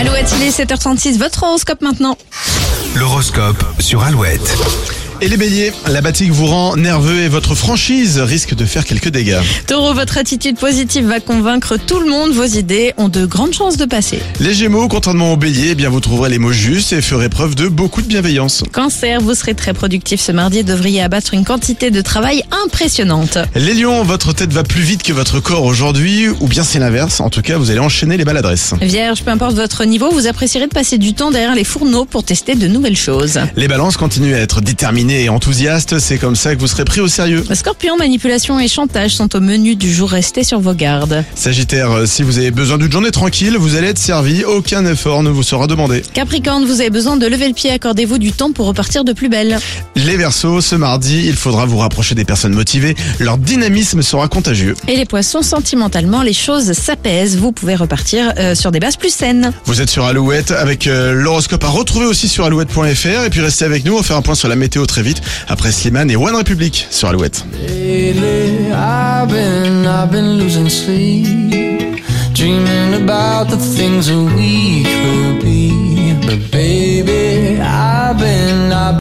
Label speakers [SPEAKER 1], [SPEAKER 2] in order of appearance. [SPEAKER 1] Alouette, il est 7h36, votre horoscope maintenant.
[SPEAKER 2] L'horoscope sur Alouette.
[SPEAKER 3] Et les béliers, la batique vous rend nerveux et votre franchise risque de faire quelques dégâts.
[SPEAKER 1] Taureau, votre attitude positive va convaincre tout le monde, vos idées ont de grandes chances de passer.
[SPEAKER 3] Les gémeaux, contrairement aux béliers, eh bien vous trouverez les mots justes et ferez preuve de beaucoup de bienveillance.
[SPEAKER 1] Cancer, vous serez très productif ce mardi et devriez abattre une quantité de travail impressionnante.
[SPEAKER 3] Les lions, votre tête va plus vite que votre corps aujourd'hui, ou bien c'est l'inverse, en tout cas vous allez enchaîner les maladresses.
[SPEAKER 1] Vierge, peu importe votre niveau, vous apprécierez de passer du temps derrière les fourneaux pour tester de nouvelles choses.
[SPEAKER 3] Les balances continuent à être déterminés et enthousiastes, c'est comme ça que vous serez pris au sérieux.
[SPEAKER 1] Scorpion, manipulation et chantage sont au menu du jour, restez sur vos gardes.
[SPEAKER 3] Sagittaire, euh, si vous avez besoin d'une journée tranquille, vous allez être servi, aucun effort ne vous sera demandé.
[SPEAKER 1] Capricorne, vous avez besoin de lever le pied, accordez-vous du temps pour repartir de plus belle.
[SPEAKER 3] Les versos, ce mardi, il faudra vous rapprocher des personnes motivées, leur dynamisme sera contagieux.
[SPEAKER 1] Et les poissons, sentimentalement, les choses s'apaisent, vous pouvez repartir euh, sur des bases plus saines.
[SPEAKER 3] Vous êtes sur Alouette avec euh, l'horoscope à retrouver aussi sur alouette.fr et puis restez avec nous, on va faire un point sur la météo très vite après Slimane et One Republic sur Alouette.
[SPEAKER 4] Lately, I've been, I've been losing sleep, dreaming about the things that we could be. But baby.